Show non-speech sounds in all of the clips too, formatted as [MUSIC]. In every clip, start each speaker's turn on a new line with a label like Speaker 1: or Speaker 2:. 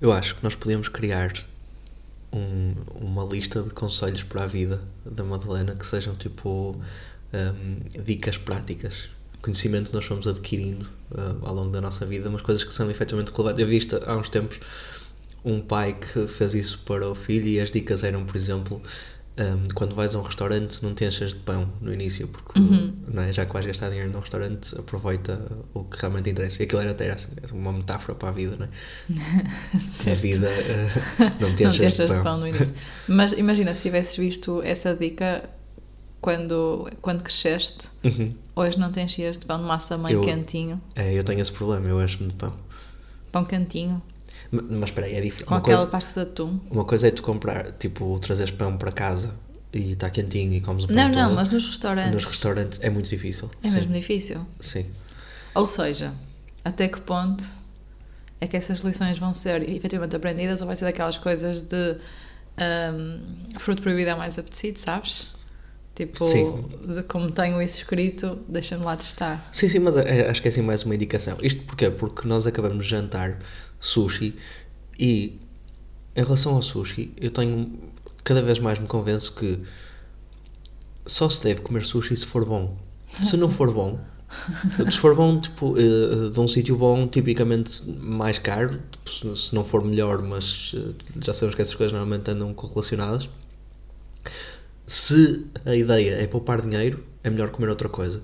Speaker 1: Eu acho que nós podíamos criar um- uma lista de conselhos para a vida da Madalena que sejam tipo hum, dicas práticas. Conhecimento que nós fomos adquirindo hum, ao longo da nossa vida, mas coisas que são efetivamente relevantes. Eu vi isto há uns tempos um pai que fez isso para o filho e as dicas eram, por exemplo, hum, quando vais a um restaurante não te enchas de pão no início, porque não é, já que vais gastar dinheiro num restaurante, aproveita o que realmente interessa. E aquilo era até assim, uma metáfora para a vida, não é?
Speaker 2: [LAUGHS] Certo.
Speaker 1: A vida eh,
Speaker 2: [LAUGHS]
Speaker 1: não te
Speaker 2: Não
Speaker 1: enches
Speaker 2: te
Speaker 1: de
Speaker 2: achas de
Speaker 1: pão.
Speaker 2: pão no início. Mas imagina, se tivesses visto essa dica quando, quando cresceste,
Speaker 1: Uhum.
Speaker 2: hoje não te enchias de pão de massa mãe
Speaker 1: Eu-
Speaker 2: cantinho,
Speaker 1: É, eu tenho esse problema, eu acho-me de pão.
Speaker 2: pão cantinho,
Speaker 1: Ma- Mas espera aí, é diferente.
Speaker 2: com
Speaker 1: Uma
Speaker 2: aquela
Speaker 1: coisa,
Speaker 2: pasta de atum.
Speaker 1: uma coisa é tu comprar, tipo, trazeres pão para casa e está quentinho e comes o pão
Speaker 2: Não,
Speaker 1: todo.
Speaker 2: não, mas nos restaurantes
Speaker 1: Nos restaurantes é muito difícil.
Speaker 2: é
Speaker 1: sim.
Speaker 2: mesmo difícil.
Speaker 1: Sim.
Speaker 2: Ou seja, até que ponto é que essas lições vão ser efetivamente aprendidas ou vai ser daquelas coisas de hum, fruto proibido é mais apetecido, sabes? Tipo,
Speaker 1: Sim.
Speaker 2: de como tenho isso escrito, deixa-me lá testar.
Speaker 1: Sim, sim, mas eh, acho que é assim mais uma indicação. Isto porquê? Porque nós acabamos de jantar sushi e em relação ao sushi, eu tenho cada vez mais me convenço que só se deve comer sushi se for bom. Se não for bom, se for bom tipo, eh, de um sítio bom, tipicamente mais caro, tipo, se- se não for melhor, mas eh, já sabemos que essas coisas normalmente andam correlacionadas. Se a ideia é poupar dinheiro, é melhor comer outra coisa.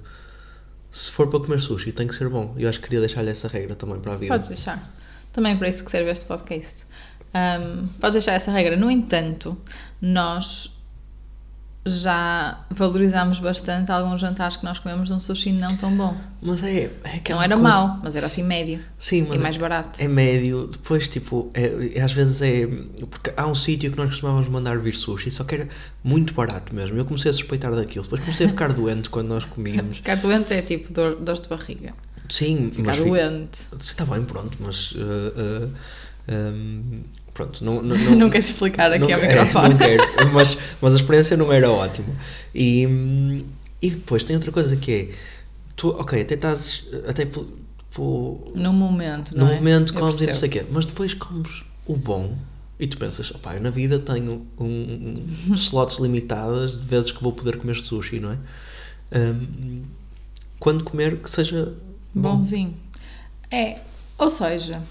Speaker 1: Se for para comer sushi, tem que ser bom. Eu acho que queria deixar-lhe essa regra também para a vida.
Speaker 2: Podes deixar. Também é para isso que serve este podcast. Hum, podes deixar essa regra. No entanto, nós já valorizamos bastante alguns jantares que nós comemos de um sushi não tão bom.
Speaker 1: Mas é, é aquela
Speaker 2: não era
Speaker 1: coisa-
Speaker 2: mau, mas era assim médio.
Speaker 1: Sim,
Speaker 2: e
Speaker 1: mas
Speaker 2: mais barato.
Speaker 1: é médio. Depois, tipo, é- é- às vezes é. Porque há um sítio que nós costumávamos mandar vir sushi, só que era muito barato mesmo. Eu comecei a suspeitar daquilo. Depois comecei a ficar doente quando nós
Speaker 2: [LAUGHS]
Speaker 1: comíamos.
Speaker 2: Ficar doente é tipo dor, dores de barriga.
Speaker 1: Sim,
Speaker 2: Ficar
Speaker 1: mas. fi-
Speaker 2: doente.
Speaker 1: Sim, está bem, pronto, mas. eh, eh, ehm, pronto, não. não,
Speaker 2: [LAUGHS] Não,
Speaker 1: não
Speaker 2: queres explicar aqui
Speaker 1: Não
Speaker 2: ao
Speaker 1: que- é,
Speaker 2: microfone.
Speaker 1: não quero, mas, mas a experiência não era ótima. E, hum, e depois tem outra coisa que é. Tu, ok, até estás. Até. po- po-
Speaker 2: [LAUGHS] No momento,
Speaker 1: no
Speaker 2: não é?
Speaker 1: momento
Speaker 2: Eu
Speaker 1: comes e não
Speaker 2: percebo.
Speaker 1: sei o quê, mas depois comes o bom e tu pensas, opá, eu na vida tenho um,
Speaker 2: [LAUGHS]
Speaker 1: um- slots limitadas de vezes que vou poder comer sushi, não é? Hum, quando comer que seja bom.
Speaker 2: Bonzinho. É, ou seja,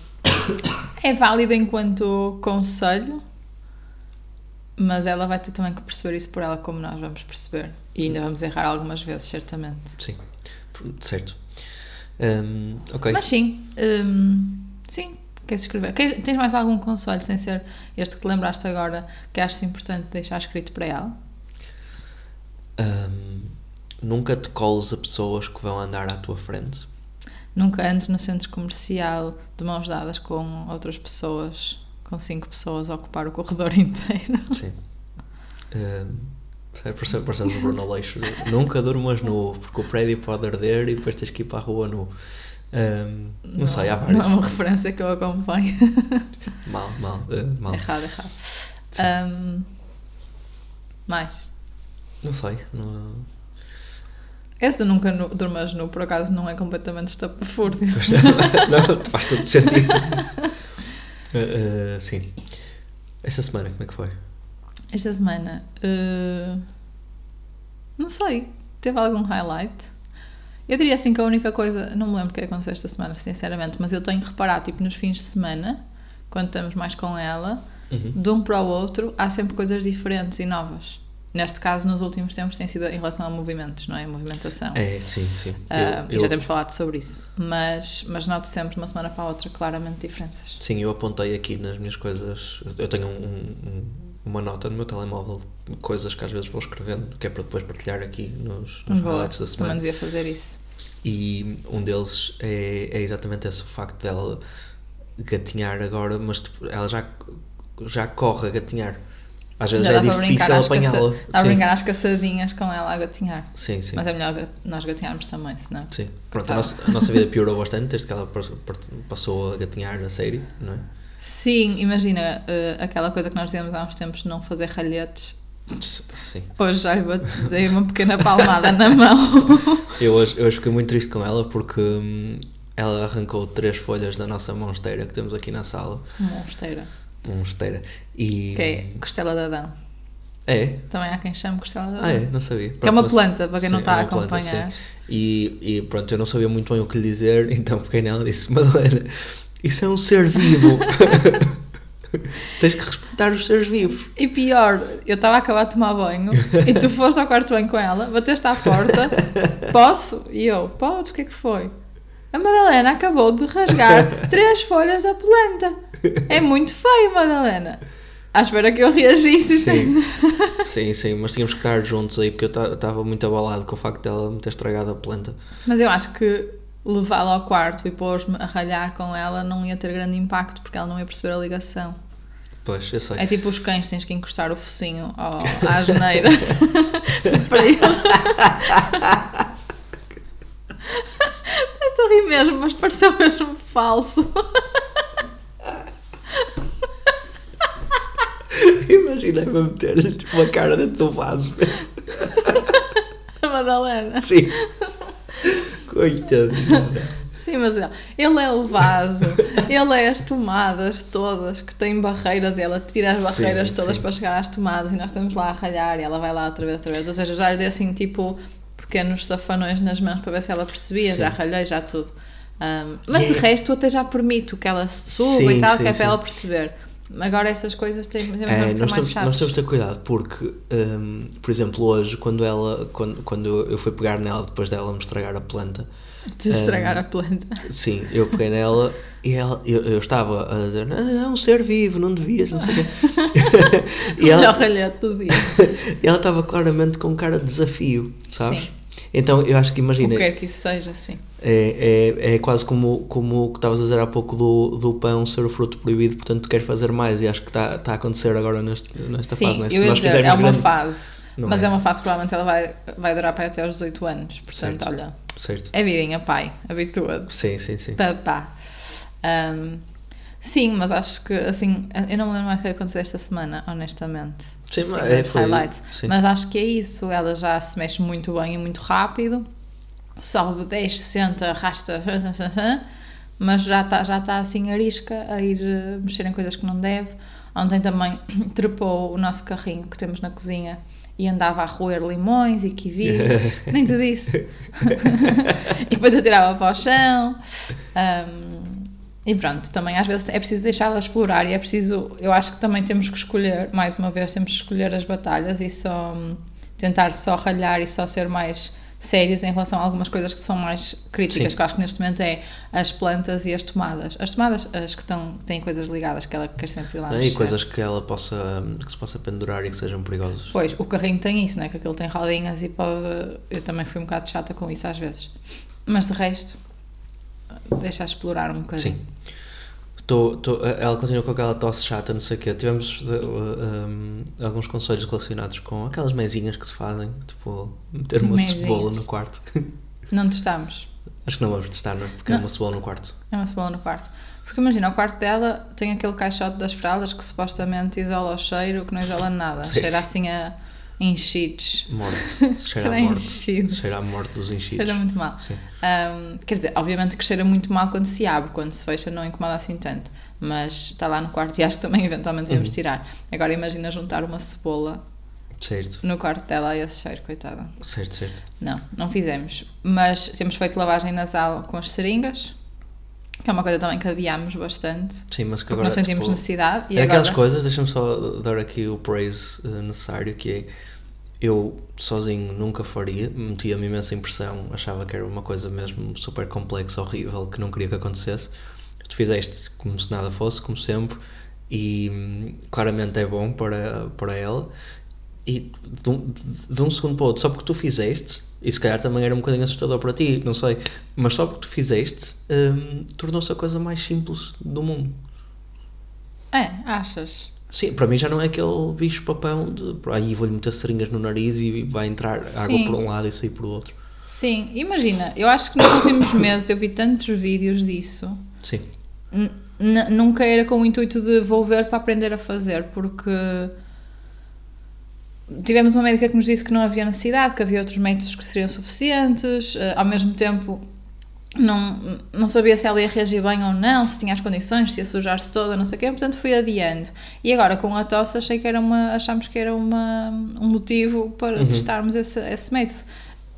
Speaker 2: [COUGHS] é válido enquanto conselho, mas ela vai ter também que perceber isso por ela, como nós vamos perceber. E ainda vamos errar algumas vezes, certamente.
Speaker 1: Sim, certo. Hum, ok.
Speaker 2: Mas sim, hum, sim, queres escrever? Queres- tens mais algum conselho, sem ser este que te lembraste agora, que achas importante deixar escrito para ela?
Speaker 1: Hum, nunca te coles a pessoas que vão andar à tua frente.
Speaker 2: Nunca antes no centro comercial, de mãos dadas com outras pessoas, com cinco pessoas a ocupar o corredor [LAUGHS] inteiro.
Speaker 1: Sim. Hum, percebe- percebe- Parecemos o Bruno Leixo. Nunca durmas nu, porque o prédio pode arder e depois tens que ir para a rua nu. Hum, não, sei, há vários.
Speaker 2: Não é uma referência que eu acompanho.
Speaker 1: Mal, mal, eh, [LAUGHS] mal.
Speaker 2: errado, errado.
Speaker 1: Sim.
Speaker 2: Ahm, mais.
Speaker 1: Não sei. Não...
Speaker 2: Esse do nunca nu, durmas nu, por acaso, não é completamente estapafúrdio.
Speaker 1: não, [LAUGHS] faz todo
Speaker 2: [LAUGHS]
Speaker 1: sentido. Eh, eh, sim. Essa semana, como é que foi?
Speaker 2: Esta semana, eh, não sei, teve algum highlight? Eu diria assim que a única coisa, não me lembro o que aconteceu esta semana, sinceramente, mas eu tenho reparado, tipo, nos fins de semana, quando estamos mais com ela,
Speaker 1: Uhum.
Speaker 2: de um para o outro há sempre coisas diferentes e novas. Neste caso, nos últimos tempos tem sido em relação a movimentos, não é? Movimentação.
Speaker 1: É, sim, sim.
Speaker 2: Ah,
Speaker 1: Eu-
Speaker 2: e Já
Speaker 1: eu-
Speaker 2: temos falado sobre isso. Mas, mas noto sempre de uma semana para a outra claramente diferenças.
Speaker 1: Sim, eu apontei aqui nas minhas coisas. Eu tenho um- um- uma nota no meu telemóvel, de coisas que às vezes vou escrevendo, que é para depois partilhar aqui nos, nos
Speaker 2: Boa,
Speaker 1: highlights da
Speaker 2: Também
Speaker 1: semana.
Speaker 2: devia fazer isso.
Speaker 1: E um deles é, é exatamente esse o facto dela gatinhar agora, mas tipo, ela já, já corre a gatinhar. Às vezes
Speaker 2: Já
Speaker 1: é
Speaker 2: dá para brincar
Speaker 1: difícil
Speaker 2: às caça-
Speaker 1: apanhá-la.
Speaker 2: dá para
Speaker 1: Sim.
Speaker 2: brincar às caçadinhas com ela a gatinhar.
Speaker 1: Sim, sim.
Speaker 2: Mas é melhor ga- nós gatinharmos também, senão.
Speaker 1: Sim. Pronto,
Speaker 2: Tá.
Speaker 1: a nossa, a nossa vida piorou bastante desde que ela pas- passou a gatinhar na série, não é?
Speaker 2: Sim, imagina eh, aquela coisa que nós dizíamos há uns tempos de não fazer ralhetes.
Speaker 1: Sim.
Speaker 2: Hoje já lhe bate-
Speaker 1: [LAUGHS]
Speaker 2: dei uma pequena palmada na mão.
Speaker 1: Eu hoje, eu hoje fiquei muito triste com ela porque hum, Ela arrancou três folhas da nossa monsteira que temos aqui na sala.
Speaker 2: Monsteira.
Speaker 1: Monsteira. E.
Speaker 2: Que é costela de Adão.
Speaker 1: É?
Speaker 2: Também há quem chame costela de Adão.
Speaker 1: Ah, é? Não sabia.
Speaker 2: Que é uma
Speaker 1: mas-
Speaker 2: planta, para quem não
Speaker 1: sim,
Speaker 2: está
Speaker 1: é
Speaker 2: a
Speaker 1: uma planta,
Speaker 2: acompanhar.
Speaker 1: sim. E, e pronto, eu não sabia muito bem o que lhe dizer, [LAUGHS] então peguei nela e disse: Madalena, isso é um ser vivo. [LAUGHS] Tens que respeitar os seres vivos.
Speaker 2: E pior, eu estava a acabar de tomar banho e tu foste ao quarto banho com ela, bateste à porta, posso? E eu, podes, o que é que foi? A Madalena acabou de rasgar três folhas da planta. É muito feio, Madalena. À espera que eu reagisse.
Speaker 1: Sim. Sim, sim, mas tínhamos que estar juntos aí porque eu estava muito abalado com o facto dela me ter estragado a planta.
Speaker 2: Mas eu acho que levá-la ao quarto e pôs-me a ralhar com ela não ia ter grande impacto porque ela não ia perceber a ligação.
Speaker 1: Pois, eu sei.
Speaker 2: É tipo os cães, tens que encostar o focinho ao, à
Speaker 1: [LAUGHS]
Speaker 2: janeira [LAUGHS] para eles. Estás a rir mesmo, mas pareceu mesmo falso.
Speaker 1: [LAUGHS]
Speaker 2: [LAUGHS]
Speaker 1: Imaginei-me a meter-lhe tipo, uma cara dentro do vaso.
Speaker 2: A Madalena.
Speaker 1: Sim. Coitadinha.
Speaker 2: Sim, mas ele, ele é o vaso, ele é as tomadas todas que têm barreiras e ela tira as
Speaker 1: Sim,
Speaker 2: barreiras todas
Speaker 1: sim.
Speaker 2: para chegar às tomadas e nós estamos lá a ralhar e ela vai lá outra vez, outra vez. Ou seja, já lhe dei assim tipo pequenos safanões nas mãos para ver se ela percebia,
Speaker 1: Sim.
Speaker 2: já ralhei, já tudo. Ahm, mas de
Speaker 1: Yeah.
Speaker 2: resto, eu até já permito que ela se suba
Speaker 1: Sim,
Speaker 2: e tal,
Speaker 1: sim,
Speaker 2: que é
Speaker 1: sim.
Speaker 2: para ela perceber. Agora essas coisas têm, têm
Speaker 1: É,
Speaker 2: é,
Speaker 1: nós,
Speaker 2: mais
Speaker 1: temos,
Speaker 2: chatas.
Speaker 1: nós temos de ter cuidado porque, hum, por exemplo, hoje, quando, ela, quando, quando eu fui pegar nela depois dela me estragar a planta,
Speaker 2: de estragar
Speaker 1: Ah.
Speaker 2: a planta.
Speaker 1: sim, eu peguei nela e ela, eu, eu estava a dizer: "Ah, é um ser vivo, não devias, não sei o quê. [LAUGHS] e
Speaker 2: Melhor
Speaker 1: ela
Speaker 2: ralhar todo dia.
Speaker 1: e [LAUGHS] ela estava claramente com cara de desafio, sabes?
Speaker 2: Sim.
Speaker 1: Então eu acho que
Speaker 2: O que
Speaker 1: imagina,
Speaker 2: quer que isso seja, sim.
Speaker 1: é, é, é quase como, como o que estavas a dizer há pouco do, do pão ser o fruto proibido, portanto tu queres fazer mais e acho que está tá a acontecer agora neste, nesta
Speaker 2: Sim,
Speaker 1: fase. não é? Se
Speaker 2: eu ia
Speaker 1: nós
Speaker 2: dizer,
Speaker 1: fizermos
Speaker 2: é uma
Speaker 1: grande-
Speaker 2: fase.
Speaker 1: Não
Speaker 2: mas
Speaker 1: é.
Speaker 2: é. uma fase que provavelmente ela vai, vai durar para até aos 18 anos. Portanto,
Speaker 1: Certo.
Speaker 2: olha,
Speaker 1: Certo.
Speaker 2: é vidinha, pai. Habitua-te.
Speaker 1: Sim, sim,
Speaker 2: [LAUGHS]
Speaker 1: sim.
Speaker 2: Pá, pá. Ahm, sim, mas acho que, assim, eu não me lembro mais o que aconteceu esta semana, honestamente.
Speaker 1: Sim,
Speaker 2: Assim,
Speaker 1: mas
Speaker 2: grandes
Speaker 1: é, foi-
Speaker 2: highlights.
Speaker 1: sim.
Speaker 2: Mas acho que é isso. Ela já se mexe muito bem e muito rápido. Sobe, desce, senta, arrasta. [LAUGHS] Mas já está já tá, assim arisca a ir eh, mexer em coisas que não deve. Ontem também [COUGHS] trepou o nosso carrinho que temos na cozinha e andava a roer limões
Speaker 1: [LAUGHS]
Speaker 2: e kiwis. Nem te disse. [LAUGHS] e depois atirava para o chão. Ahm, e pronto, também às vezes é preciso deixá-la explorar e é preciso. Eu acho que também temos que escolher, mais uma vez, temos que escolher as batalhas e só hum, tentar só ralhar e só ser mais sérios em relação a algumas coisas que são mais críticas,
Speaker 1: Sim.
Speaker 2: que eu acho que neste momento é as plantas e as tomadas. As tomadas, as que estão, têm coisas ligadas, que ela quer sempre ir lá.
Speaker 1: Não é? E
Speaker 2: mexer.
Speaker 1: coisas que ela possa que se possa pendurar e que sejam perigosas.
Speaker 2: Pois, o carrinho tem isso, né? Que aquilo tem rodinhas e pode. Eu também fui um bocado chata com isso às vezes. Mas de resto, deixa explorar um bocadinho.
Speaker 1: Sim. Tô, tô- ela continua com aquela tosse chata, não sei o quê. Tivemos de- um, alguns conselhos relacionados com aquelas mesinhas que se fazem, tipo, meter uma
Speaker 2: Mesinhas.
Speaker 1: cebola no quarto. [LAUGHS]
Speaker 2: Não testamos.
Speaker 1: Acho que não vamos testar, não é? Porque é
Speaker 2: Não.
Speaker 1: uma cebola no quarto.
Speaker 2: É uma cebola no quarto. Porque imagina, o quarto dela tem aquele caixote das fraldas que supostamente isola o cheiro, que não isola nada.
Speaker 1: [LAUGHS] Sim.
Speaker 2: Cheira assim a enchidos. [LAUGHS]
Speaker 1: Morte. Cheira
Speaker 2: Cheira
Speaker 1: à
Speaker 2: a
Speaker 1: morte.
Speaker 2: enchidos.
Speaker 1: Cheira à morte dos enchidos.
Speaker 2: Cheira muito mal.
Speaker 1: Sim.
Speaker 2: Ahm, quer dizer, obviamente que cheira muito mal quando se abre, quando se fecha não incomoda assim tanto. Mas está lá no quarto e acho que também eventualmente
Speaker 1: Uhum.
Speaker 2: devemos tirar. Agora imagina juntar uma cebola
Speaker 1: Certo.
Speaker 2: no quarto dela a esse cheiro, coitada.
Speaker 1: Certo, certo.
Speaker 2: Não, não fizemos. Mas temos feito lavagem nasal com as seringas, que é uma coisa também que adiámos bastante.
Speaker 1: Sim, mas que
Speaker 2: Porque
Speaker 1: agora.
Speaker 2: não sentimos
Speaker 1: tipo,
Speaker 2: necessidade. E
Speaker 1: é
Speaker 2: agora...
Speaker 1: aquelas coisas, deixa-me só dar aqui o praise eh, necessário, que é eu sozinho nunca faria, metia-me imensa impressão, achava que era uma coisa mesmo super complexa, horrível, que não queria que acontecesse. Tu fizeste como se nada fosse, como sempre, e hum, claramente é bom para, para ela. E de um, de- de um segundo para o outro, só porque tu fizeste, e se calhar também era um bocadinho assustador para ti, não sei, mas só porque tu fizeste, hum, tornou-se a coisa mais simples do mundo.
Speaker 2: É, achas?
Speaker 1: Sim, para mim já não é aquele bicho papão de "Pá, aí vou-lhe meter seringas no nariz e vai entrar água
Speaker 2: Sim.
Speaker 1: por um lado e sair por outro.
Speaker 2: Sim, imagina, eu acho que nos
Speaker 1: [COUGHS]
Speaker 2: últimos meses eu vi tantos vídeos disso.
Speaker 1: Sim,
Speaker 2: N- n- nunca era com o intuito de vou ver para aprender a fazer, porque tivemos uma médica que nos disse que não havia necessidade, que havia outros métodos que seriam suficientes, eh, ao mesmo tempo não, não sabia se ela ia reagir bem ou não, se tinha as condições, se ia sujar-se toda, não sei o quê, portanto fui adiando. E agora com a tosse achei que era uma, achámos que era uma, um motivo para
Speaker 1: Uhum.
Speaker 2: testarmos esse, esse método.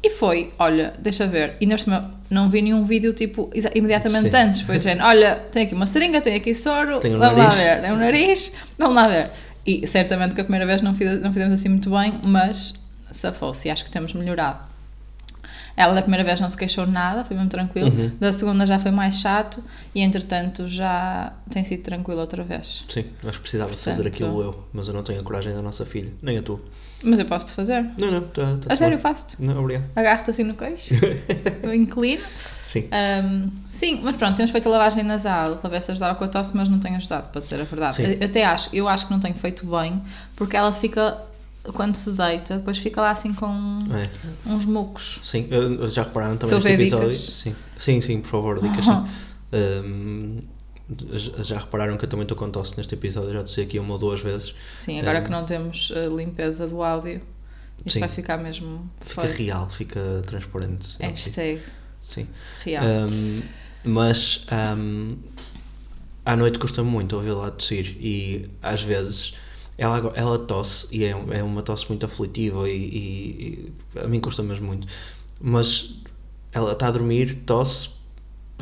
Speaker 2: E foi, olha, deixa ver, e neste meu, não vi nenhum vídeo tipo exa- imediatamente
Speaker 1: Sim.
Speaker 2: antes, foi de género, olha, tem aqui uma seringa, tem aqui soro,
Speaker 1: Tem um
Speaker 2: vamos lá
Speaker 1: nariz.
Speaker 2: ver, tem um nariz, vamos lá ver. E certamente que a primeira vez não, fiz- não fizemos assim muito bem, mas safou-se, e acho que temos melhorado. Ela da primeira vez não se queixou de nada, foi mesmo tranquilo.
Speaker 1: Uhum.
Speaker 2: Da segunda já foi mais chato e entretanto já tem sido tranquilo outra vez.
Speaker 1: Sim, nós precisávamos de fazer
Speaker 2: Portanto-
Speaker 1: aquilo eu, mas eu não tenho a coragem da nossa filha, nem a tua.
Speaker 2: Mas eu posso-te fazer.
Speaker 1: Não, não, tá, tá
Speaker 2: A sério, eu
Speaker 1: tudo.
Speaker 2: faço-te.
Speaker 1: Não, obrigado.
Speaker 2: Agarro-te assim
Speaker 1: [LAUGHS]
Speaker 2: no queixo, eu inclino.
Speaker 1: Sim.
Speaker 2: Ahm, sim, mas pronto, temos feito a lavagem nasal para ver se ajudava com a tosse, mas não tem ajudado, para dizer a verdade.
Speaker 1: Sim.
Speaker 2: Eu até acho, eu acho que não tenho feito bem, porque ela fica, quando se deita, depois fica lá assim com
Speaker 1: É,
Speaker 2: uns mucos.
Speaker 1: sim, eu- já repararam também
Speaker 2: Se
Speaker 1: este
Speaker 2: houver
Speaker 1: episódio?
Speaker 2: dicas.
Speaker 1: Sim. sim, sim, por favor, dicas. sim.
Speaker 2: [LAUGHS]
Speaker 1: Ahm, já- já repararam que eu também estou com tosse neste episódio, já tossi aqui uma ou duas vezes.
Speaker 2: Sim, agora
Speaker 1: Ahm.
Speaker 2: que não temos eh, limpeza do áudio, isto
Speaker 1: É. Sim.
Speaker 2: vai ficar mesmo
Speaker 1: Fica
Speaker 2: feio.
Speaker 1: real, fica transparente. é o que digo.
Speaker 2: Hashtag
Speaker 1: Sim.
Speaker 2: real.
Speaker 1: Um, mas um, à noite custa muito ouvi-la a tossir e às vezes ela, agora- ela tosse e é, é uma tosse muito aflitiva e, e- e a mim custa mesmo muito. Mas ela está a dormir, tosse,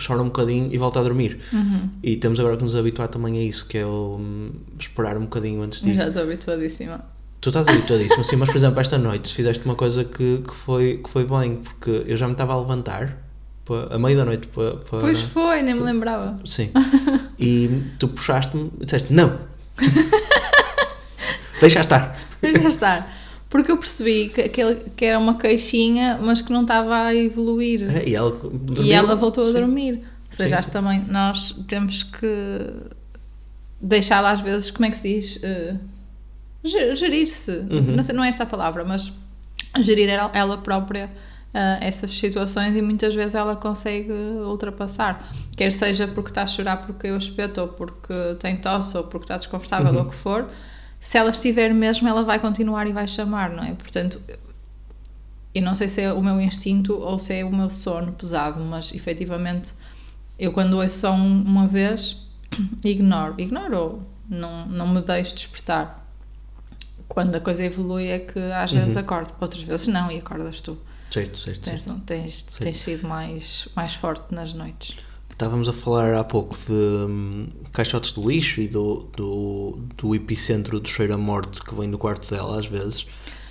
Speaker 1: chora um bocadinho e volta a dormir.
Speaker 2: Uhum.
Speaker 1: E temos agora que nos habituar também a isso, que é o, hum, esperar um bocadinho antes de
Speaker 2: Eu
Speaker 1: ir
Speaker 2: Já estou habituadíssima.
Speaker 1: Tu estás habituadíssimo, sim, mas por exemplo, esta noite fizeste uma coisa que, que, foi, que foi bem, porque eu já me estava a levantar pa- a meio da noite pa- para.
Speaker 2: Pois foi, nem me
Speaker 1: [LAUGHS]
Speaker 2: lembrava.
Speaker 1: Sim. E tu puxaste-me e disseste: Não! [LAUGHS] Deixa estar!
Speaker 2: Mas já está. Porque eu percebi que, que, ele- que era uma caixinha, mas que não estava a evoluir.
Speaker 1: É, E ela,
Speaker 2: e ela voltou a
Speaker 1: Sim.
Speaker 2: dormir. Ou
Speaker 1: Sim,
Speaker 2: seja, acho
Speaker 1: sim.
Speaker 2: também nós temos que deixá-la às vezes, como é que se diz? Eh, ge- Gerir-se.
Speaker 1: Uhum.
Speaker 2: Não, sei, não é esta a palavra, mas gerir ela, ela própria eh, essas situações e muitas vezes ela consegue ultrapassar. Quer seja porque está a chorar porque eu espeto, ou porque tem tosse, ou porque está desconfortável, ou o que for. Se ela estiver mesmo, ela vai continuar e vai chamar, não é? Portanto, eu não sei se é o meu instinto ou se é o meu sono pesado, mas efetivamente eu quando ouço só um- uma vez [CLEARS THROAT] ignoro, ignoro ou não, não me deixo despertar. Quando a coisa evolui é que às vezes
Speaker 1: Uhum.
Speaker 2: acordo, outras vezes não e acordas tu.
Speaker 1: Certo, certo, certo.
Speaker 2: Tens, um, tens, tens sido mais, mais forte nas noites.
Speaker 1: Estávamos a falar há pouco de hum, caixotes de lixo e do, do, do epicentro do cheiro a morte que vem do quarto dela às vezes.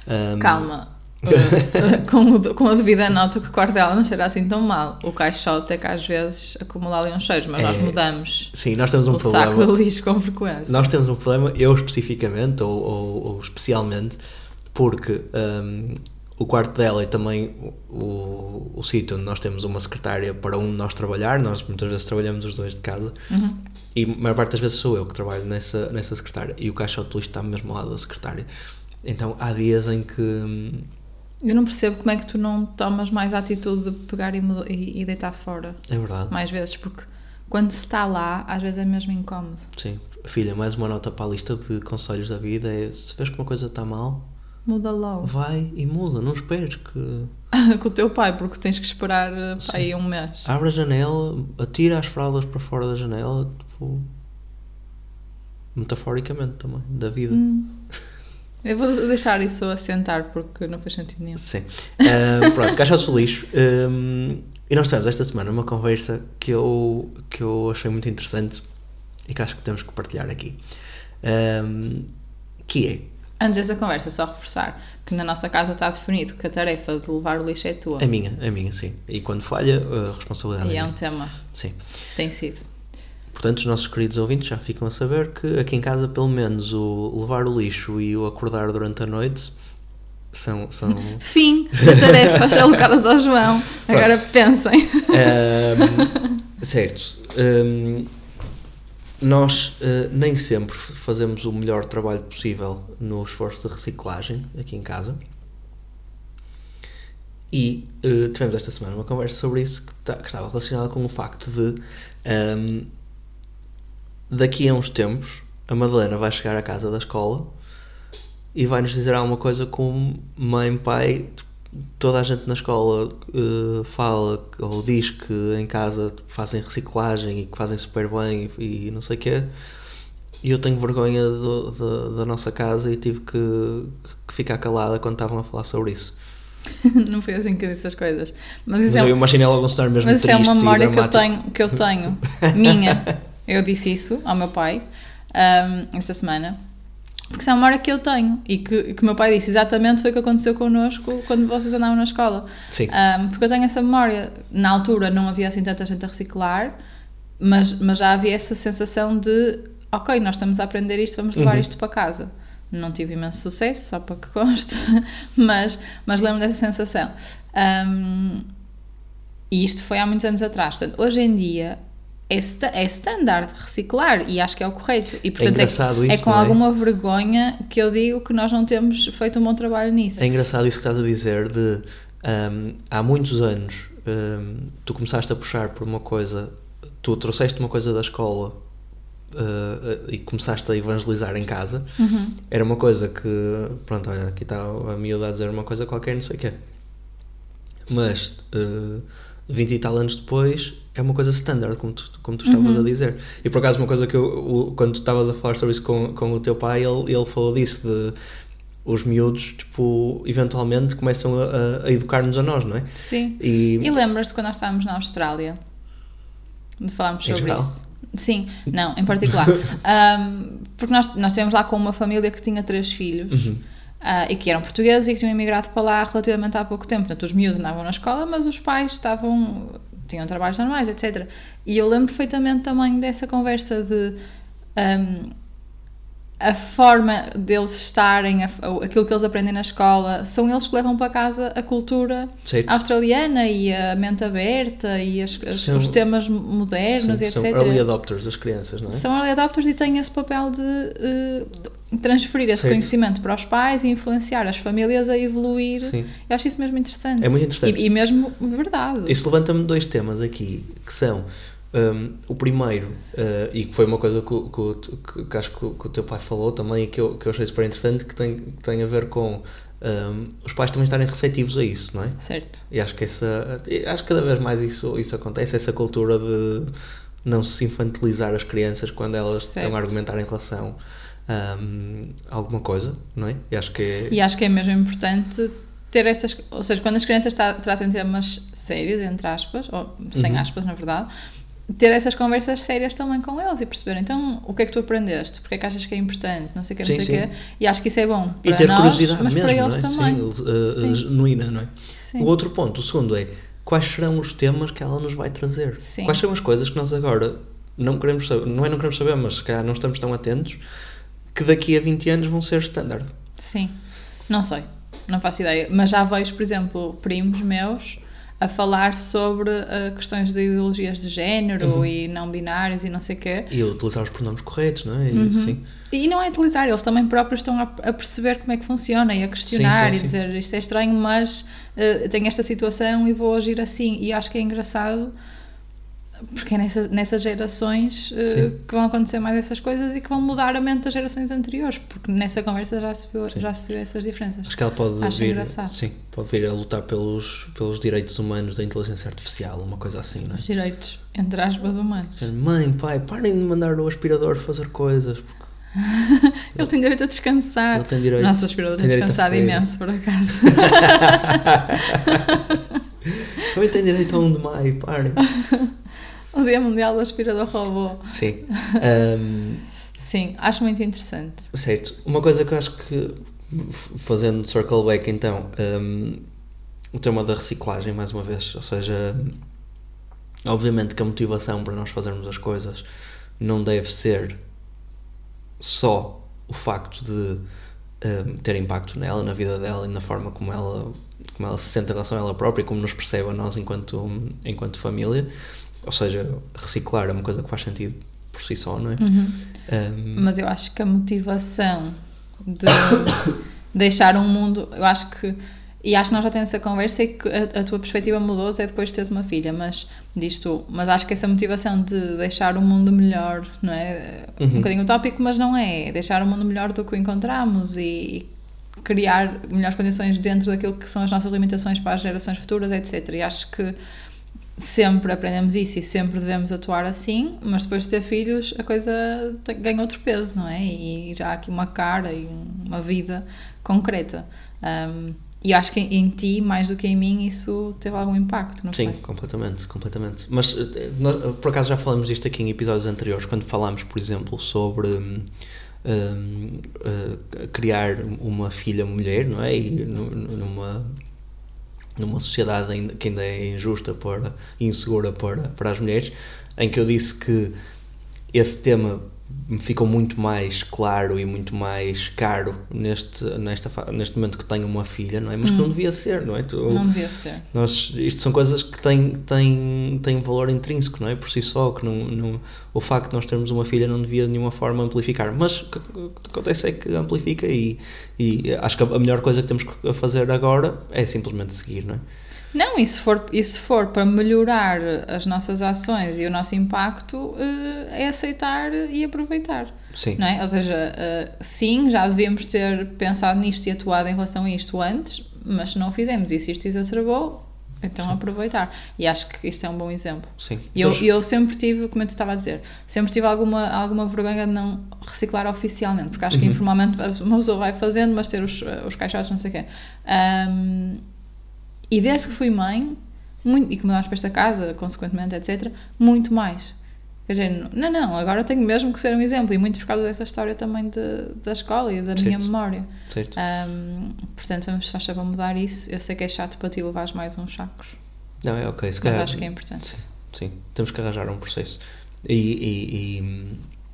Speaker 1: Hum, [LAUGHS]
Speaker 2: Calma. Uh, com, o- com a devida nota que o quarto dela não cheira assim tão mal. O caixote é que às vezes acumula ali uns cheiros, mas nós
Speaker 1: É,
Speaker 2: mudamos
Speaker 1: Sim, nós temos um
Speaker 2: o
Speaker 1: problema.
Speaker 2: [LAUGHS] saco de lixo com frequência.
Speaker 1: Nós temos um problema, eu especificamente, ou, ou- ou especialmente, porque hum, o quarto dela e também o, o, o sítio onde nós temos uma secretária para um de nós trabalhar, nós muitas vezes trabalhamos os dois de casa,
Speaker 2: Uhum.
Speaker 1: e a maior parte das vezes sou eu que trabalho nessa, nessa secretária, e o caixote de lixo está mesmo ao lado da secretária. Então há dias em que. hum,
Speaker 2: Eu não percebo como é que tu não tomas mais a atitude de pegar e, muda- e- e deitar fora
Speaker 1: É verdade.
Speaker 2: mais vezes, porque quando se está lá, às vezes é mesmo incómodo.
Speaker 1: Sim. Filha, mais uma nota para a lista de conselhos da vida é: se vês que uma coisa está mal,
Speaker 2: Muda logo.
Speaker 1: vai e muda, não esperes que.
Speaker 2: [LAUGHS] Com o teu pai, porque tens que esperar eh, pá, aí um mês.
Speaker 1: Abre a janela, atira as fraldas para fora da janela, tipo. Metaforicamente também, da vida.
Speaker 2: Hum. Eu vou deixar isso assentar porque não faz sentido nenhum.
Speaker 1: Sim. Ah, [LAUGHS] pronto, caixotes de lixo. Ahm, e nós tivemos esta semana uma conversa que eu, que eu achei muito interessante e que acho que temos que partilhar aqui. Ahm, que é,
Speaker 2: Antes dessa conversa, só reforçar que na nossa casa está definido que a tarefa de levar o lixo é tua.
Speaker 1: a minha, a minha, sim. E quando falha, a responsabilidade
Speaker 2: E
Speaker 1: é
Speaker 2: é um
Speaker 1: minha.
Speaker 2: tema,
Speaker 1: Sim.
Speaker 2: tem sido.
Speaker 1: Portanto, os nossos queridos ouvintes já ficam a saber que aqui em casa, pelo menos, o levar o lixo e o acordar durante a noite são. são
Speaker 2: Fim das
Speaker 1: [LAUGHS]
Speaker 2: tarefas alocadas ao João. Agora pensem.
Speaker 1: Ahm, certo. Ahm, Hum, nós eh, nem sempre fazemos o melhor trabalho possível no esforço de reciclagem aqui em casa. E eh, tivemos esta semana uma conversa sobre isso que, ta- que estava relacionada com o facto de ahm, daqui a uns tempos a Madalena vai chegar à casa da escola e vai nos dizer alguma coisa como mãe, pai, toda a gente na escola eh, fala que- ou diz que em casa fazem reciclagem e que fazem super bem e, e não sei o quê. E eu tenho vergonha do- da- da nossa casa e tive que, que ficar calada quando estavam a falar sobre isso.
Speaker 2: [LAUGHS] não foi assim que eu disse as coisas. Mas
Speaker 1: Mas
Speaker 2: isso é,
Speaker 1: eu imaginei logo um cenário mesmo
Speaker 2: mas isso é
Speaker 1: triste
Speaker 2: uma
Speaker 1: e
Speaker 2: memória que eu,
Speaker 1: dramático.
Speaker 2: tenho, que eu tenho,
Speaker 1: [LAUGHS]
Speaker 2: minha. Eu disse isso ao meu pai ahm, esta semana. Porque isso é uma memória que eu tenho e que, que o meu pai disse exatamente foi o que aconteceu connosco quando vocês andavam na escola.
Speaker 1: Sim.
Speaker 2: Um, porque eu tenho essa memória. Na altura não havia assim tanta gente a reciclar, mas, mas já havia essa sensação de ok, nós estamos a aprender isto, vamos levar
Speaker 1: Uhum.
Speaker 2: isto para casa. Não tive imenso sucesso, só para que conste, [LAUGHS] mas, mas lembro dessa sensação. Um, e isto foi há muitos anos atrás. Portanto, hoje em dia é, sta- é standard reciclar e acho que é o correto. E, portanto, é,
Speaker 1: engraçado
Speaker 2: é
Speaker 1: isso,
Speaker 2: com
Speaker 1: não é?
Speaker 2: alguma vergonha que eu digo que nós não temos feito um bom trabalho nisso.
Speaker 1: É engraçado isso que estás a dizer de hum, há muitos anos hum, tu começaste a puxar por uma coisa, tu trouxeste uma coisa da escola uh, uh, e começaste a evangelizar em casa. Era uma coisa que, pronto, olha, aqui está a miúda a dizer uma coisa qualquer, não sei o quê. Mas uh, 20 e tal anos depois é uma coisa standard, como tu, como tu estavas a dizer. E por acaso, uma coisa que eu, o- quando tu estavas a falar sobre isso com, com o teu pai, ele, ele falou disso, de os miúdos, tipo, eventualmente começam a, a- a educar-nos a nós, não é?
Speaker 2: Sim.
Speaker 1: E,
Speaker 2: E lembras-te quando nós estávamos na Austrália? De falarmos
Speaker 1: Em
Speaker 2: sobre
Speaker 1: geral?
Speaker 2: isso. Sim, não, em
Speaker 1: [LAUGHS]
Speaker 2: particular. Ahm, porque nós, nós estivemos lá com uma família que tinha três filhos
Speaker 1: Uhum.
Speaker 2: ah, e que eram portugueses e que tinham imigrado para lá relativamente há pouco tempo. Portanto, os miúdos andavam na escola, mas os pais estavam, tinham trabalhos normais, etc. E eu lembro perfeitamente também dessa conversa de. ahm, a forma deles estarem, a f- aquilo que eles aprendem na escola, são eles que levam para casa a cultura
Speaker 1: certo?
Speaker 2: australiana e a mente aberta e as- as-
Speaker 1: São-
Speaker 2: os temas
Speaker 1: Sim,
Speaker 2: modernos e etc.
Speaker 1: são né? early adopters, as crianças, não é?
Speaker 2: são early adopters e têm esse papel de eh, de transferir esse
Speaker 1: Certo.
Speaker 2: conhecimento para os pais e influenciar as famílias a evoluir.
Speaker 1: Sim.
Speaker 2: Eu acho isso mesmo interessante.
Speaker 1: É muito interessante.
Speaker 2: E, e mesmo verdade.
Speaker 1: Isso levanta-me dois temas aqui, que são hum, o primeiro, eh, e que foi uma coisa que, o- que, o- que- que acho que, o- que o teu pai falou também e que eu, que eu achei super interessante, que tem, que tem a ver com hum, os pais também estarem receptivos a isso, não é?
Speaker 2: Certo.
Speaker 1: E acho que essa. e Acho que cada vez mais isso, isso acontece, essa cultura de não se infantilizar as crianças quando elas estão
Speaker 2: Certo.
Speaker 1: a argumentar em relação hum, a alguma coisa, não é? E acho que é.
Speaker 2: E acho que é mesmo importante ter essas. Ou seja, quando as crianças tra- trazem temas sérios, entre aspas, ou sem
Speaker 1: Uhum.
Speaker 2: aspas, na verdade, ter essas conversas sérias também com eles e perceber, então, o que é que tu aprendeste? Porque é que achas que é importante? Não sei o que, não
Speaker 1: Sim,
Speaker 2: sei o quê. E acho que isso é bom para
Speaker 1: E ter
Speaker 2: nós,
Speaker 1: curiosidade
Speaker 2: mas
Speaker 1: mesmo,
Speaker 2: para
Speaker 1: não
Speaker 2: eles
Speaker 1: é?
Speaker 2: também.
Speaker 1: Sim, eles, eh, eh,
Speaker 2: Sim,
Speaker 1: genuína, não é?
Speaker 2: Sim.
Speaker 1: O outro ponto, o segundo é quais serão os temas que ela nos vai trazer?
Speaker 2: Sim.
Speaker 1: Quais são as coisas que nós agora não queremos saber, não é não queremos saber, mas se calhar não estamos tão atentos, que daqui a 20 anos vão ser standard.
Speaker 2: Sim. Não sei, não faço ideia. Mas já vejo, por exemplo, primos meus a falar sobre eh, questões de ideologias de género
Speaker 1: Uhum.
Speaker 2: e não binários e não sei o quê.
Speaker 1: E utilizar os pronomes corretos, não é? E,
Speaker 2: Uhum.
Speaker 1: Sim.
Speaker 2: E não é utilizar, eles também próprios estão a, a perceber como é que funciona e a questionar
Speaker 1: Sim, sim,
Speaker 2: e dizer isto é estranho, mas eh, tenho esta situação e vou agir assim. E acho que é engraçado porque é nessa- nessas gerações eh,
Speaker 1: Sim.
Speaker 2: que vão acontecer mais essas coisas e que vão mudar a mente das gerações anteriores, porque nessa conversa já se viu, já se viu essas diferenças.
Speaker 1: Acho que ela pode
Speaker 2: Acho
Speaker 1: vir,
Speaker 2: engraçado.
Speaker 1: sim, pode vir a lutar pelos pelos direitos humanos da inteligência artificial, uma coisa assim, não é?
Speaker 2: Os direitos, entre aspas, humanos.
Speaker 1: Mãe, pai, parem de mandar o aspirador fazer coisas,
Speaker 2: [LAUGHS]
Speaker 1: porque [LAUGHS]
Speaker 2: Ele tem direito a descansar.
Speaker 1: Ele tem direito-
Speaker 2: Nossa, o aspirador
Speaker 1: tem
Speaker 2: tem
Speaker 1: direito a
Speaker 2: descansado
Speaker 1: férias.
Speaker 2: imenso, por acaso.
Speaker 1: [LAUGHS]
Speaker 2: [LAUGHS]
Speaker 1: também tem direito a um de maio, parem.
Speaker 2: o Dia Mundial do Aspirador Robô.
Speaker 1: Sim.
Speaker 2: [LAUGHS]
Speaker 1: Ahm,
Speaker 2: Sim, acho muito interessante.
Speaker 1: Certo. Uma coisa que eu acho que, f- fazendo circle back então, hum, o tema da reciclagem, mais uma vez, ou seja, obviamente que a motivação para nós fazermos as coisas não deve ser só o facto de hum, ter impacto nela, na vida dela e na forma como ela, como ela se sente em relação a ela própria e como nos percebe a nós enquanto, enquanto família. Ou seja, reciclar é uma coisa que faz sentido por si só, não é? Hum,
Speaker 2: Mas eu acho que a motivação de deixar um mundo, eu acho que e acho que nós já temos essa conversa e que a, a tua perspectiva mudou até depois de teres uma filha, mas diz tu, mas acho que essa motivação de deixar o mundo melhor, Um não é? Um bocadinho utópico, mas não é. É Deixar o mundo melhor do que o encontramos e, criar melhores condições dentro daquilo que são as nossas limitações para as gerações futuras, etc. E acho que sempre aprendemos isso e sempre devemos atuar assim, mas depois de ter filhos a coisa te- ganha outro peso, não é? E já há aqui uma cara e um- uma vida concreta. Um, e acho que em ti, mais do que em mim, isso teve algum impacto, não
Speaker 1: Sim,
Speaker 2: foi?
Speaker 1: completamente, completamente. Mas eh, nós, por acaso já falámos disto aqui em episódios anteriores, quando falámos, por exemplo, sobre hum, hum, eh, criar uma filha mulher, não é? E nu- nu- numa numa sociedade ainda- que ainda é injusta para e insegura para, para as mulheres, em que eu disse que esse tema me ficou muito mais claro e muito mais caro neste, nesta, fa- neste momento que tenho uma filha, não é? Mas que não devia ser, não é? Tu-
Speaker 2: Não devia ser.
Speaker 1: nós, isto são coisas que têm, têm, têm um valor intrínseco, não é? Por si só, que não, não- o facto de nós termos uma filha não devia de nenhuma forma amplificar. Mas o que, o que acontece é que amplifica e, e acho que a melhor coisa que temos que fazer agora é simplesmente seguir, não é?
Speaker 2: Não, e se for, e se for para melhorar as nossas ações e o nosso impacto, eh, é aceitar e aproveitar.
Speaker 1: Sim.
Speaker 2: Não é? Ou seja, eh, sim, já devíamos ter pensado nisto e atuado em relação a isto antes, mas se não o fizemos e se isto exacerbou, então aproveitar. E acho que isto é um bom exemplo.
Speaker 1: Sim.
Speaker 2: E eu,
Speaker 1: Pois,
Speaker 2: eu sempre tive, como eu te estava a dizer, sempre tive alguma, alguma vergonha de não reciclar oficialmente, porque acho
Speaker 1: Uhum.
Speaker 2: que informalmente uma pessoa vai fazendo, mas ter os, os caixotes, não sei o quê. Ahm, e desde que fui mãe, muito, e que mudámos para esta casa, consequentemente, etc., muito mais. Quer dizer, não, não, agora tenho mesmo que ser um exemplo, e muito por causa dessa história também de- da escola e da minha
Speaker 1: Certo.
Speaker 2: memória.
Speaker 1: certo.
Speaker 2: Ah. Ahm, portanto, vamos, faz favor, mudar isso. Eu sei que é chato para ti levares mais uns sacos,
Speaker 1: Não, é ok. Se
Speaker 2: mas
Speaker 1: calhar-
Speaker 2: acho que é importante.
Speaker 1: Sim, sim. Temos que arranjar um processo. E. e- e, hum,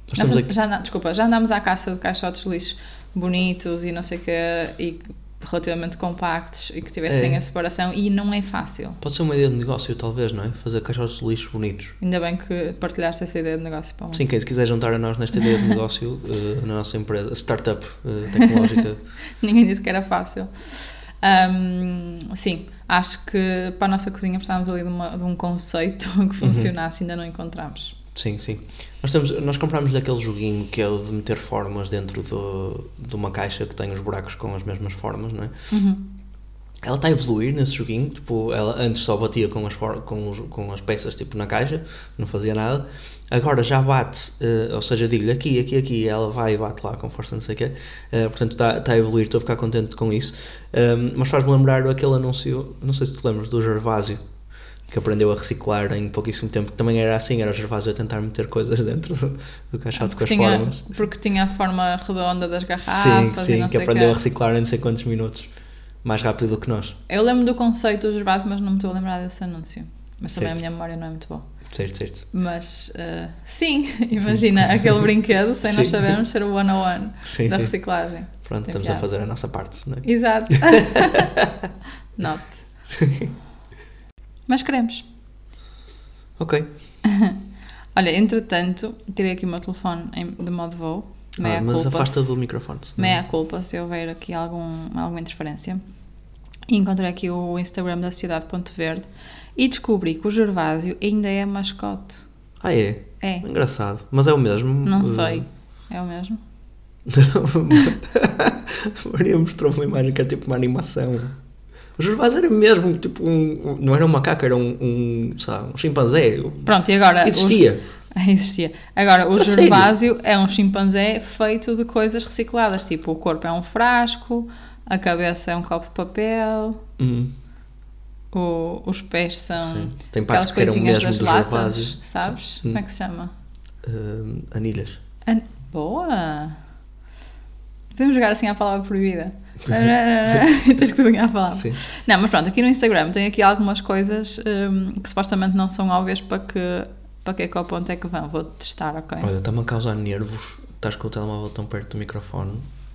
Speaker 1: nós
Speaker 2: Nós
Speaker 1: temos
Speaker 2: and-
Speaker 1: aqui-
Speaker 2: já, anda- desculpa, já andámos à caça de caixotes de lixo bonitos e não sei o quê, e relativamente compactos e que tivessem
Speaker 1: É.
Speaker 2: a separação, e não é fácil.
Speaker 1: Pode ser uma ideia de negócio, talvez, não é? Fazer caixotes de lixo bonitos.
Speaker 2: Ainda bem que partilhaste essa ideia de negócio para o mundo.
Speaker 1: Sim, quem se quiser juntar a nós nesta ideia de negócio, [LAUGHS] eh, na nossa empresa, startup eh, tecnológica,
Speaker 2: [LAUGHS] Ninguém disse que era fácil. Ahm, sim, acho que para a nossa cozinha precisávamos ali de, uma- de um conceito [LAUGHS]
Speaker 1: Uhum.
Speaker 2: que funcionasse, ainda não encontramos.
Speaker 1: sim, sim. Nós, temos, nós comprámos daquele joguinho que é o de meter formas dentro do, de uma caixa que tem os buracos com as mesmas formas, não é?
Speaker 2: Uhum.
Speaker 1: Ela está a evoluir nesse joguinho, tipo, ela antes só batia com as, for- com os- com as peças tipo na caixa, não fazia nada. Agora já bate, eh, ou seja, digo-lhe aqui, aqui, aqui, ela vai e bate lá com força, não sei o quê. Eh, portanto, está está a evoluir, estou a ficar contente com isso. Ahm, mas faz-me lembrar aquele anúncio, não sei se te lembras, do Gervásio, que aprendeu a reciclar em pouquíssimo tempo, que também era assim, era o Gervásio a tentar meter coisas [LAUGHS] dentro do, do caixote com as
Speaker 2: Porque Ah, tinha,
Speaker 1: formas.
Speaker 2: porque tinha a forma redonda das
Speaker 1: Sim,
Speaker 2: garrafas e
Speaker 1: sim,
Speaker 2: não
Speaker 1: que
Speaker 2: sei o quê.
Speaker 1: aprendeu a reciclar em não sei quantos minutos, mais rápido do que nós.
Speaker 2: Eu lembro do conceito dos vasos, mas não me estou a lembrar desse anúncio. Mas também
Speaker 1: Certo.
Speaker 2: a minha memória não é muito boa.
Speaker 1: Certo, certo.
Speaker 2: Mas eh, sim, [LAUGHS] imagina aquele brinquedo sem nós
Speaker 1: Sim.
Speaker 2: sabermos ser o one-on-one
Speaker 1: Sim,
Speaker 2: da
Speaker 1: sim.
Speaker 2: reciclagem.
Speaker 1: Pronto,
Speaker 2: Tem
Speaker 1: estamos
Speaker 2: piada.
Speaker 1: a fazer a nossa parte, não é? [LAUGHS]
Speaker 2: Exato. Note. Mas queremos.
Speaker 1: Ok.
Speaker 2: Olha, entretanto, tirei aqui o meu telefone em- de modo voo. Meia
Speaker 1: Ah, mas
Speaker 2: culpa-se.
Speaker 1: afasta do Hum. microfone. é? senão-
Speaker 2: Meia culpa se houver aqui algum, alguma interferência. E encontrei aqui o Instagram da Sociedade Ponto Verde e descobri que o Gervásio ainda é mascote.
Speaker 1: Ah, é?
Speaker 2: É,
Speaker 1: Engraçado. Mas é o mesmo.
Speaker 2: não
Speaker 1: eh,
Speaker 2: sei. É o mesmo?
Speaker 1: [LAUGHS] Maria mostrou uma imagem que era tipo uma animação. O Gervásio era mesmo tipo um. um- Não era um macaco, era um. um sei lá, um chimpanzé.
Speaker 2: Pronto, e agora? o-
Speaker 1: Existia.
Speaker 2: [LAUGHS] Existia. Agora, o
Speaker 1: A sério?
Speaker 2: Gervásio é um chimpanzé feito de coisas recicladas, tipo o corpo é um frasco, a cabeça é um copo de papel,
Speaker 1: Hum,
Speaker 2: o- os pés são
Speaker 1: Sim. Tem
Speaker 2: aquelas
Speaker 1: partes que eram
Speaker 2: coisinhas
Speaker 1: mesmo
Speaker 2: das
Speaker 1: do
Speaker 2: latas,
Speaker 1: Gervásio.
Speaker 2: sabes?
Speaker 1: Hum.
Speaker 2: Como é que se chama?
Speaker 1: eh, anilhas.
Speaker 2: An- Boa! Podemos jogar assim à palavra proibida. [LAUGHS] Tens que adivinhar a palavra.
Speaker 1: Sim.
Speaker 2: Não, mas pronto, aqui no Instagram tem aqui algumas coisas hum, que supostamente não são óbvias para que, para que ecoponto é que vão. Vou testar, ok?
Speaker 1: Olha, está-me a causar nervos. Estás com o telemóvel tão perto do microfone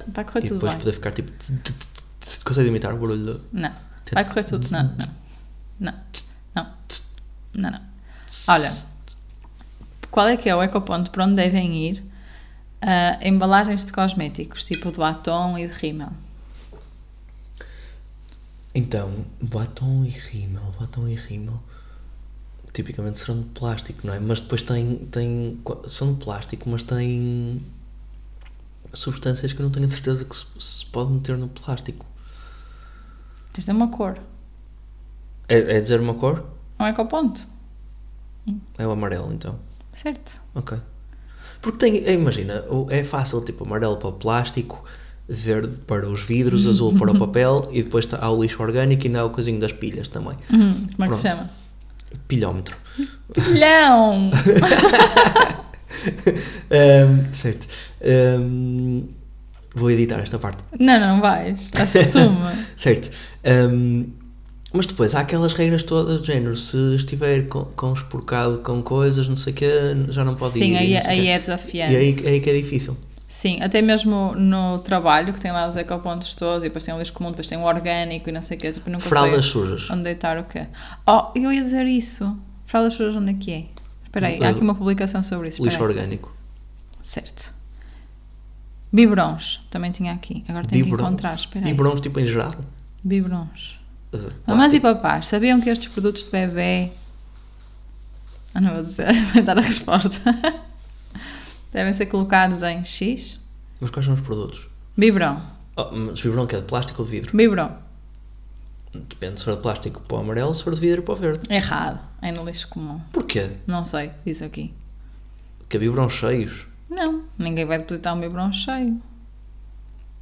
Speaker 2: Vai correr
Speaker 1: e
Speaker 2: tudo
Speaker 1: depois
Speaker 2: bem.
Speaker 1: poder ficar tipo. tss, tss, tss, tss. Consegue imitar o barulho do-
Speaker 2: Não. Vai correr tudo. Não, não. Não. Não. Não, não. Olha, qual é que é o ecoponto para onde devem ir ah, embalagens de cosméticos, tipo de batom e de rímel?
Speaker 1: Então, batom e rímel, batom e rímel tipicamente serão de plástico, não é? Mas depois tem, tem são de plástico, mas têm substâncias que eu não tenho a certeza que se, se pode meter no plástico.
Speaker 2: Tens de ter uma cor.
Speaker 1: É, é dizer uma cor?
Speaker 2: Não é com o ponto.
Speaker 1: É o amarelo, então.
Speaker 2: Certo.
Speaker 1: Ok. Porque tem, é, imagina, o- é fácil, tipo, amarelo para o plástico, verde para os vidros, azul para o papel e depois tá- há o lixo orgânico e ainda há o coisinho das pilhas também.
Speaker 2: Hum, como é que
Speaker 1: Pronto.
Speaker 2: se chama?
Speaker 1: Pilhómetro.
Speaker 2: Pilhão! [LAUGHS]
Speaker 1: [LAUGHS] Ahm, certo. Ahm, vou editar esta parte.
Speaker 2: não, não vais. Assume.
Speaker 1: [LAUGHS] Certo. Ahm, mas depois há aquelas regras todas do género, se estiver com, com esporcado com coisas, não sei o quê, já não pode ir.
Speaker 2: Sim,
Speaker 1: e
Speaker 2: aí,
Speaker 1: não sei
Speaker 2: aí
Speaker 1: quê.
Speaker 2: é
Speaker 1: E
Speaker 2: desafiante.
Speaker 1: aí, aí que é difícil.
Speaker 2: Sim, até mesmo no trabalho, que tem lá os ecopontos todos, e depois tem o lixo comum, depois tem o orgânico e não sei o quê. Tipo, nunca
Speaker 1: Fraldas
Speaker 2: sei
Speaker 1: sujas.
Speaker 2: onde deitar o quê. Oh, eu ia dizer isso. Fraldas sujas onde é que é? Espera aí, há aqui uma publicação sobre isso.
Speaker 1: Lixo
Speaker 2: espera aí.
Speaker 1: orgânico.
Speaker 2: Certo. Biberons, também tinha aqui. Agora tenho que
Speaker 1: Biberon-
Speaker 2: encontrar, espera aí.
Speaker 1: Biberons, tipo, em geral.
Speaker 2: Biberons.
Speaker 1: Uh,
Speaker 2: Mamães e
Speaker 1: plástico.
Speaker 2: papás, sabiam que estes produtos de bebê. Ah, não vou dizer, [LAUGHS] vai dar a resposta. Devem ser colocados em X.
Speaker 1: Mas quais são os produtos?
Speaker 2: Biberon.
Speaker 1: Oh, mas o biberão que é de plástico ou de vidro?
Speaker 2: Biberon.
Speaker 1: Depende se for de plástico para o amarelo, se for de vidro para o verde.
Speaker 2: Errado. É no lixo comum.
Speaker 1: Porquê?
Speaker 2: Não sei, diz aqui.
Speaker 1: Porque há biberões cheios.
Speaker 2: Não, ninguém vai depositar um biberon cheio.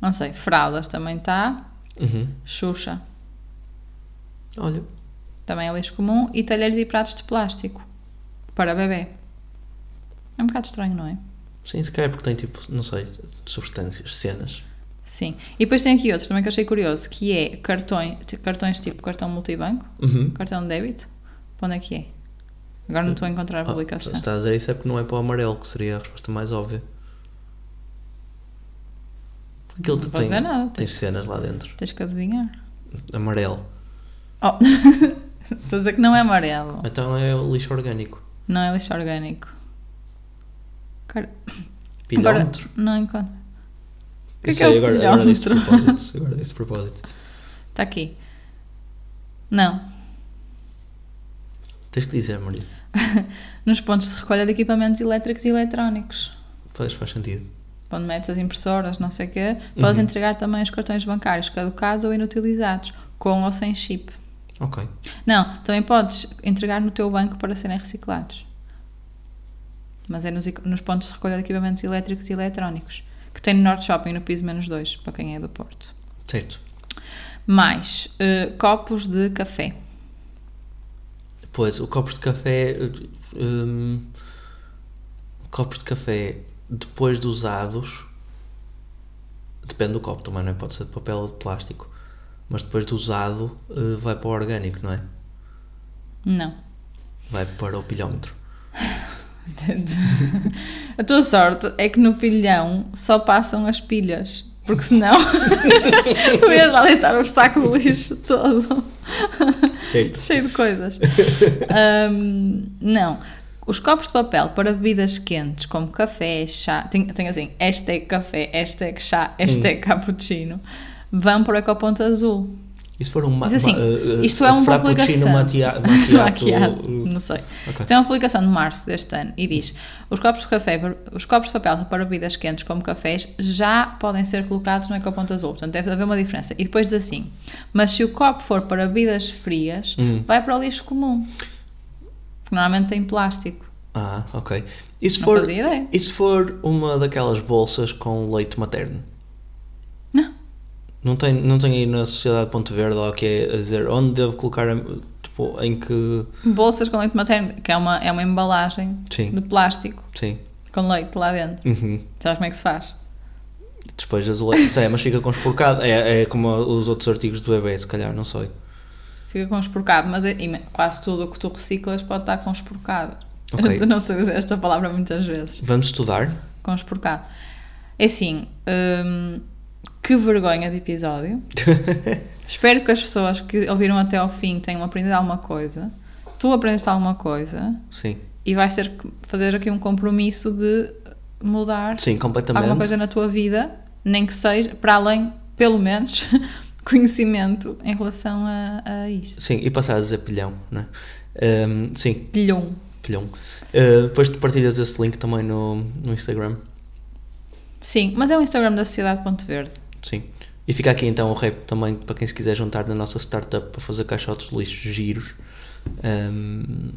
Speaker 2: Não sei. Fraldas também está.
Speaker 1: Uhum.
Speaker 2: Xuxa.
Speaker 1: Olha,
Speaker 2: Também é lixo comum. E talheres e pratos de plástico. Para bebê. É um bocado estranho, não é?
Speaker 1: sim, se calhar porque tem, tipo, não sei, substâncias, cenas.
Speaker 2: Sim. E depois tem aqui outro também que eu achei curioso, que é cartões, t- cartões tipo cartão multibanco,
Speaker 1: Uhum.
Speaker 2: cartão de débito. Para onde é que é? Agora não estou a encontrar a
Speaker 1: Ah, se
Speaker 2: publicação.
Speaker 1: está a dizer isso é porque não é para o amarelo, que seria a resposta mais óbvia. Porque Aquilo
Speaker 2: Não
Speaker 1: tem,
Speaker 2: pode dizer nada,
Speaker 1: tem
Speaker 2: tens que- assim.
Speaker 1: cenas lá dentro.
Speaker 2: Tens que adivinhar.
Speaker 1: Amarelo.
Speaker 2: Oh. [LAUGHS] Estou a dizer que não é amarelo.
Speaker 1: Então é o lixo orgânico.
Speaker 2: Não é lixo orgânico. Cara, agora
Speaker 1: Pilómetro.
Speaker 2: não encontro. O que é
Speaker 1: Eu
Speaker 2: que é o
Speaker 1: sei, agora, agora disse de
Speaker 2: pilómetro?
Speaker 1: propósito. Agora disse de propósito.
Speaker 2: Está aqui. Não. [LAUGHS]
Speaker 1: Tens que dizer, Maria.
Speaker 2: Nos pontos de recolha de equipamentos elétricos e eletrónicos.
Speaker 1: Faz, faz sentido.
Speaker 2: onde metes as impressoras, não sei o quê, podes
Speaker 1: Uhum.
Speaker 2: entregar também os cartões bancários caducados ou inutilizados, com ou sem chip.
Speaker 1: Ok.
Speaker 2: Não, também podes entregar no teu banco para serem reciclados. Mas é nos, equ- nos pontos de recolha de equipamentos elétricos e eletrónicos, que tem no Norte Shopping, no piso menos 2, para quem é do Porto.
Speaker 1: Certo.
Speaker 2: Mais, eh, copos de café.
Speaker 1: Depois, o copos de café. hum, copos de café depois de usados. Depende do copo também, não é? Pode ser de papel ou de plástico. Mas depois de usado, eh, vai para o orgânico, não é?
Speaker 2: Não. [LAUGHS]
Speaker 1: Vai para o pilhómetro.
Speaker 2: A tua sorte é que no pilhão só passam as pilhas, porque senão [LAUGHS] tu ias lá deitar o saco de lixo todo.
Speaker 1: Certo.
Speaker 2: Cheio de [LAUGHS] coisas. Ahm, não. Os copos de papel para bebidas quentes, como café, chá, tem, tem assim, hashtag café, hashtag chá, hashtag cappuccino, vão para o ecoponto azul.
Speaker 1: Isso for um ma-
Speaker 2: Diz assim,
Speaker 1: ma- eh, eh,
Speaker 2: isto é um
Speaker 1: frappuccino
Speaker 2: publicação.
Speaker 1: matia-
Speaker 2: [LAUGHS] Maquiado,
Speaker 1: macchiato.
Speaker 2: não sei.
Speaker 1: Ok.
Speaker 2: Isto é uma publicação de março deste ano e diz: os copos de café, os copos de papel para bebidas quentes como cafés já podem ser colocados no ecoponto azul. Portanto, deve haver uma diferença. E depois diz assim: mas se o copo for para bebidas frias,
Speaker 1: Hum.
Speaker 2: vai para o lixo comum. Porque normalmente tem plástico.
Speaker 1: Ah, ok. E se
Speaker 2: Não
Speaker 1: for,
Speaker 2: fazia ideia.
Speaker 1: e se for uma daquelas bolsas com leite materno?
Speaker 2: Não.
Speaker 1: Não tem, não tem aí na Sociedade de Ponte Verde ou o que é a dizer onde devo colocar, a- tipo, em que.
Speaker 2: Bolsas com leite materno, que é uma, é uma embalagem
Speaker 1: Sim.
Speaker 2: de plástico
Speaker 1: Sim.
Speaker 2: com leite lá dentro.
Speaker 1: Uhum.
Speaker 2: Sabes como é que se faz?
Speaker 1: Despejas o leite. é, mas fica com esporcado. É, é como os outros artigos do bebê, se calhar, não sei.
Speaker 2: Fica com esporcado, mas é- ima- quase tudo o que tu reciclas pode estar com esporcado.
Speaker 1: Ok.
Speaker 2: [LAUGHS] Eu não sei dizer esta palavra muitas vezes.
Speaker 1: Vamos estudar?
Speaker 2: Com esporcado. É assim, hum, que vergonha de episódio. Espero que as pessoas que ouviram até ao fim tenham aprendido alguma coisa. Tu aprendeste alguma coisa
Speaker 1: Sim.
Speaker 2: e vais ter que fazer aqui um compromisso de mudar
Speaker 1: Sim,
Speaker 2: alguma
Speaker 1: completamente.
Speaker 2: coisa na tua vida, nem que seja, para além, pelo menos, [LAUGHS] conhecimento em relação a, a isto.
Speaker 1: Sim, e passar a dizer pilhão, né? Ahm, sim,
Speaker 2: Pilhão.
Speaker 1: pilhão. Ah, depois tu partilhas esse link também no, no Instagram.
Speaker 2: Sim, mas é o Instagram da Sociedade Ponto Verde.
Speaker 1: Sim. E fica aqui então o rap também para quem se quiser juntar na nossa startup para fazer caixotes de lixo giros. Ahm,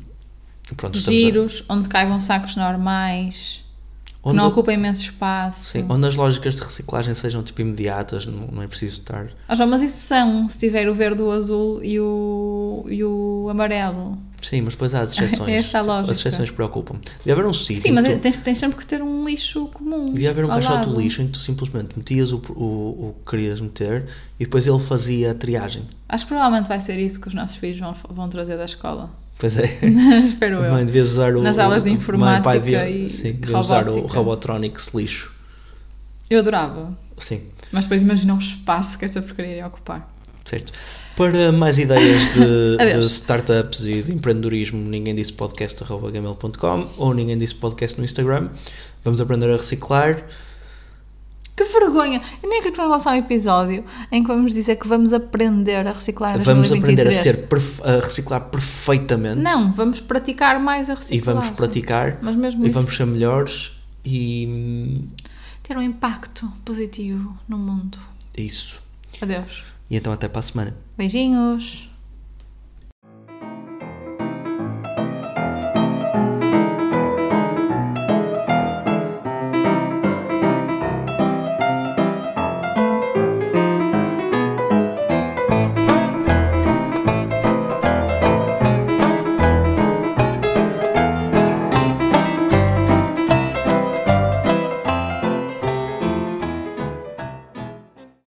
Speaker 1: pronto, estamos a-
Speaker 2: Giros, onde caibam sacos normais, que
Speaker 1: Onde-
Speaker 2: não ocupam imenso espaço.
Speaker 1: Sim, onde as lógicas de reciclagem sejam tipo imediatas, não, não é preciso estar.
Speaker 2: Ah, João, mas isso são se tiver o verde, o azul e o, e o amarelo.
Speaker 1: Sim, mas depois há as exceções.
Speaker 2: Essa [LAUGHS] é a
Speaker 1: Tipo,
Speaker 2: lógica.
Speaker 1: As exceções preocupam-me. Devia haver um sítio.
Speaker 2: Sim,
Speaker 1: em
Speaker 2: mas é,
Speaker 1: que tu-
Speaker 2: tens, tens sempre que ter um lixo comum.
Speaker 1: Devia haver um
Speaker 2: ao
Speaker 1: caixote de
Speaker 2: lado.
Speaker 1: lixo em que tu simplesmente metias o, o, o que querias meter e depois ele fazia a triagem.
Speaker 2: Acho que provavelmente vai ser isso que os nossos filhos vão, vão trazer da escola. [LAUGHS]
Speaker 1: Pois é.
Speaker 2: Espero
Speaker 1: [LAUGHS]
Speaker 2: eu.
Speaker 1: Mãe, devias usar o.
Speaker 2: Nas aulas de
Speaker 1: o-
Speaker 2: informática
Speaker 1: mãe, pai, devia,
Speaker 2: e
Speaker 1: sim, devia usar o
Speaker 2: robótica.
Speaker 1: Robotronics lixo.
Speaker 2: Eu adorava.
Speaker 1: Sim,
Speaker 2: Mas depois imagina o espaço que essa porcaria iria ocupar.
Speaker 1: certo. Para mais ideias de, de
Speaker 2: [LAUGHS] Adeus.
Speaker 1: startups e de empreendedorismo, ninguém disse podcast.gmail.com ou ninguém disse podcast no Instagram. Vamos aprender a reciclar.
Speaker 2: Que vergonha! Eu nem acredito que vamos lançar um episódio em que vamos dizer que vamos aprender a reciclar em
Speaker 1: Vamos aprender a,
Speaker 2: 2023.
Speaker 1: ser perfe- a reciclar perfeitamente.
Speaker 2: é Não, vamos praticar mais a
Speaker 1: E
Speaker 2: reciclagem.
Speaker 1: vamos praticar.
Speaker 2: Mas mesmo
Speaker 1: e
Speaker 2: isso,
Speaker 1: vamos ser melhores e
Speaker 2: ter um impacto positivo no mundo.
Speaker 1: é isso.
Speaker 2: Adeus.
Speaker 1: E então até para a semana.
Speaker 2: Beijinhos.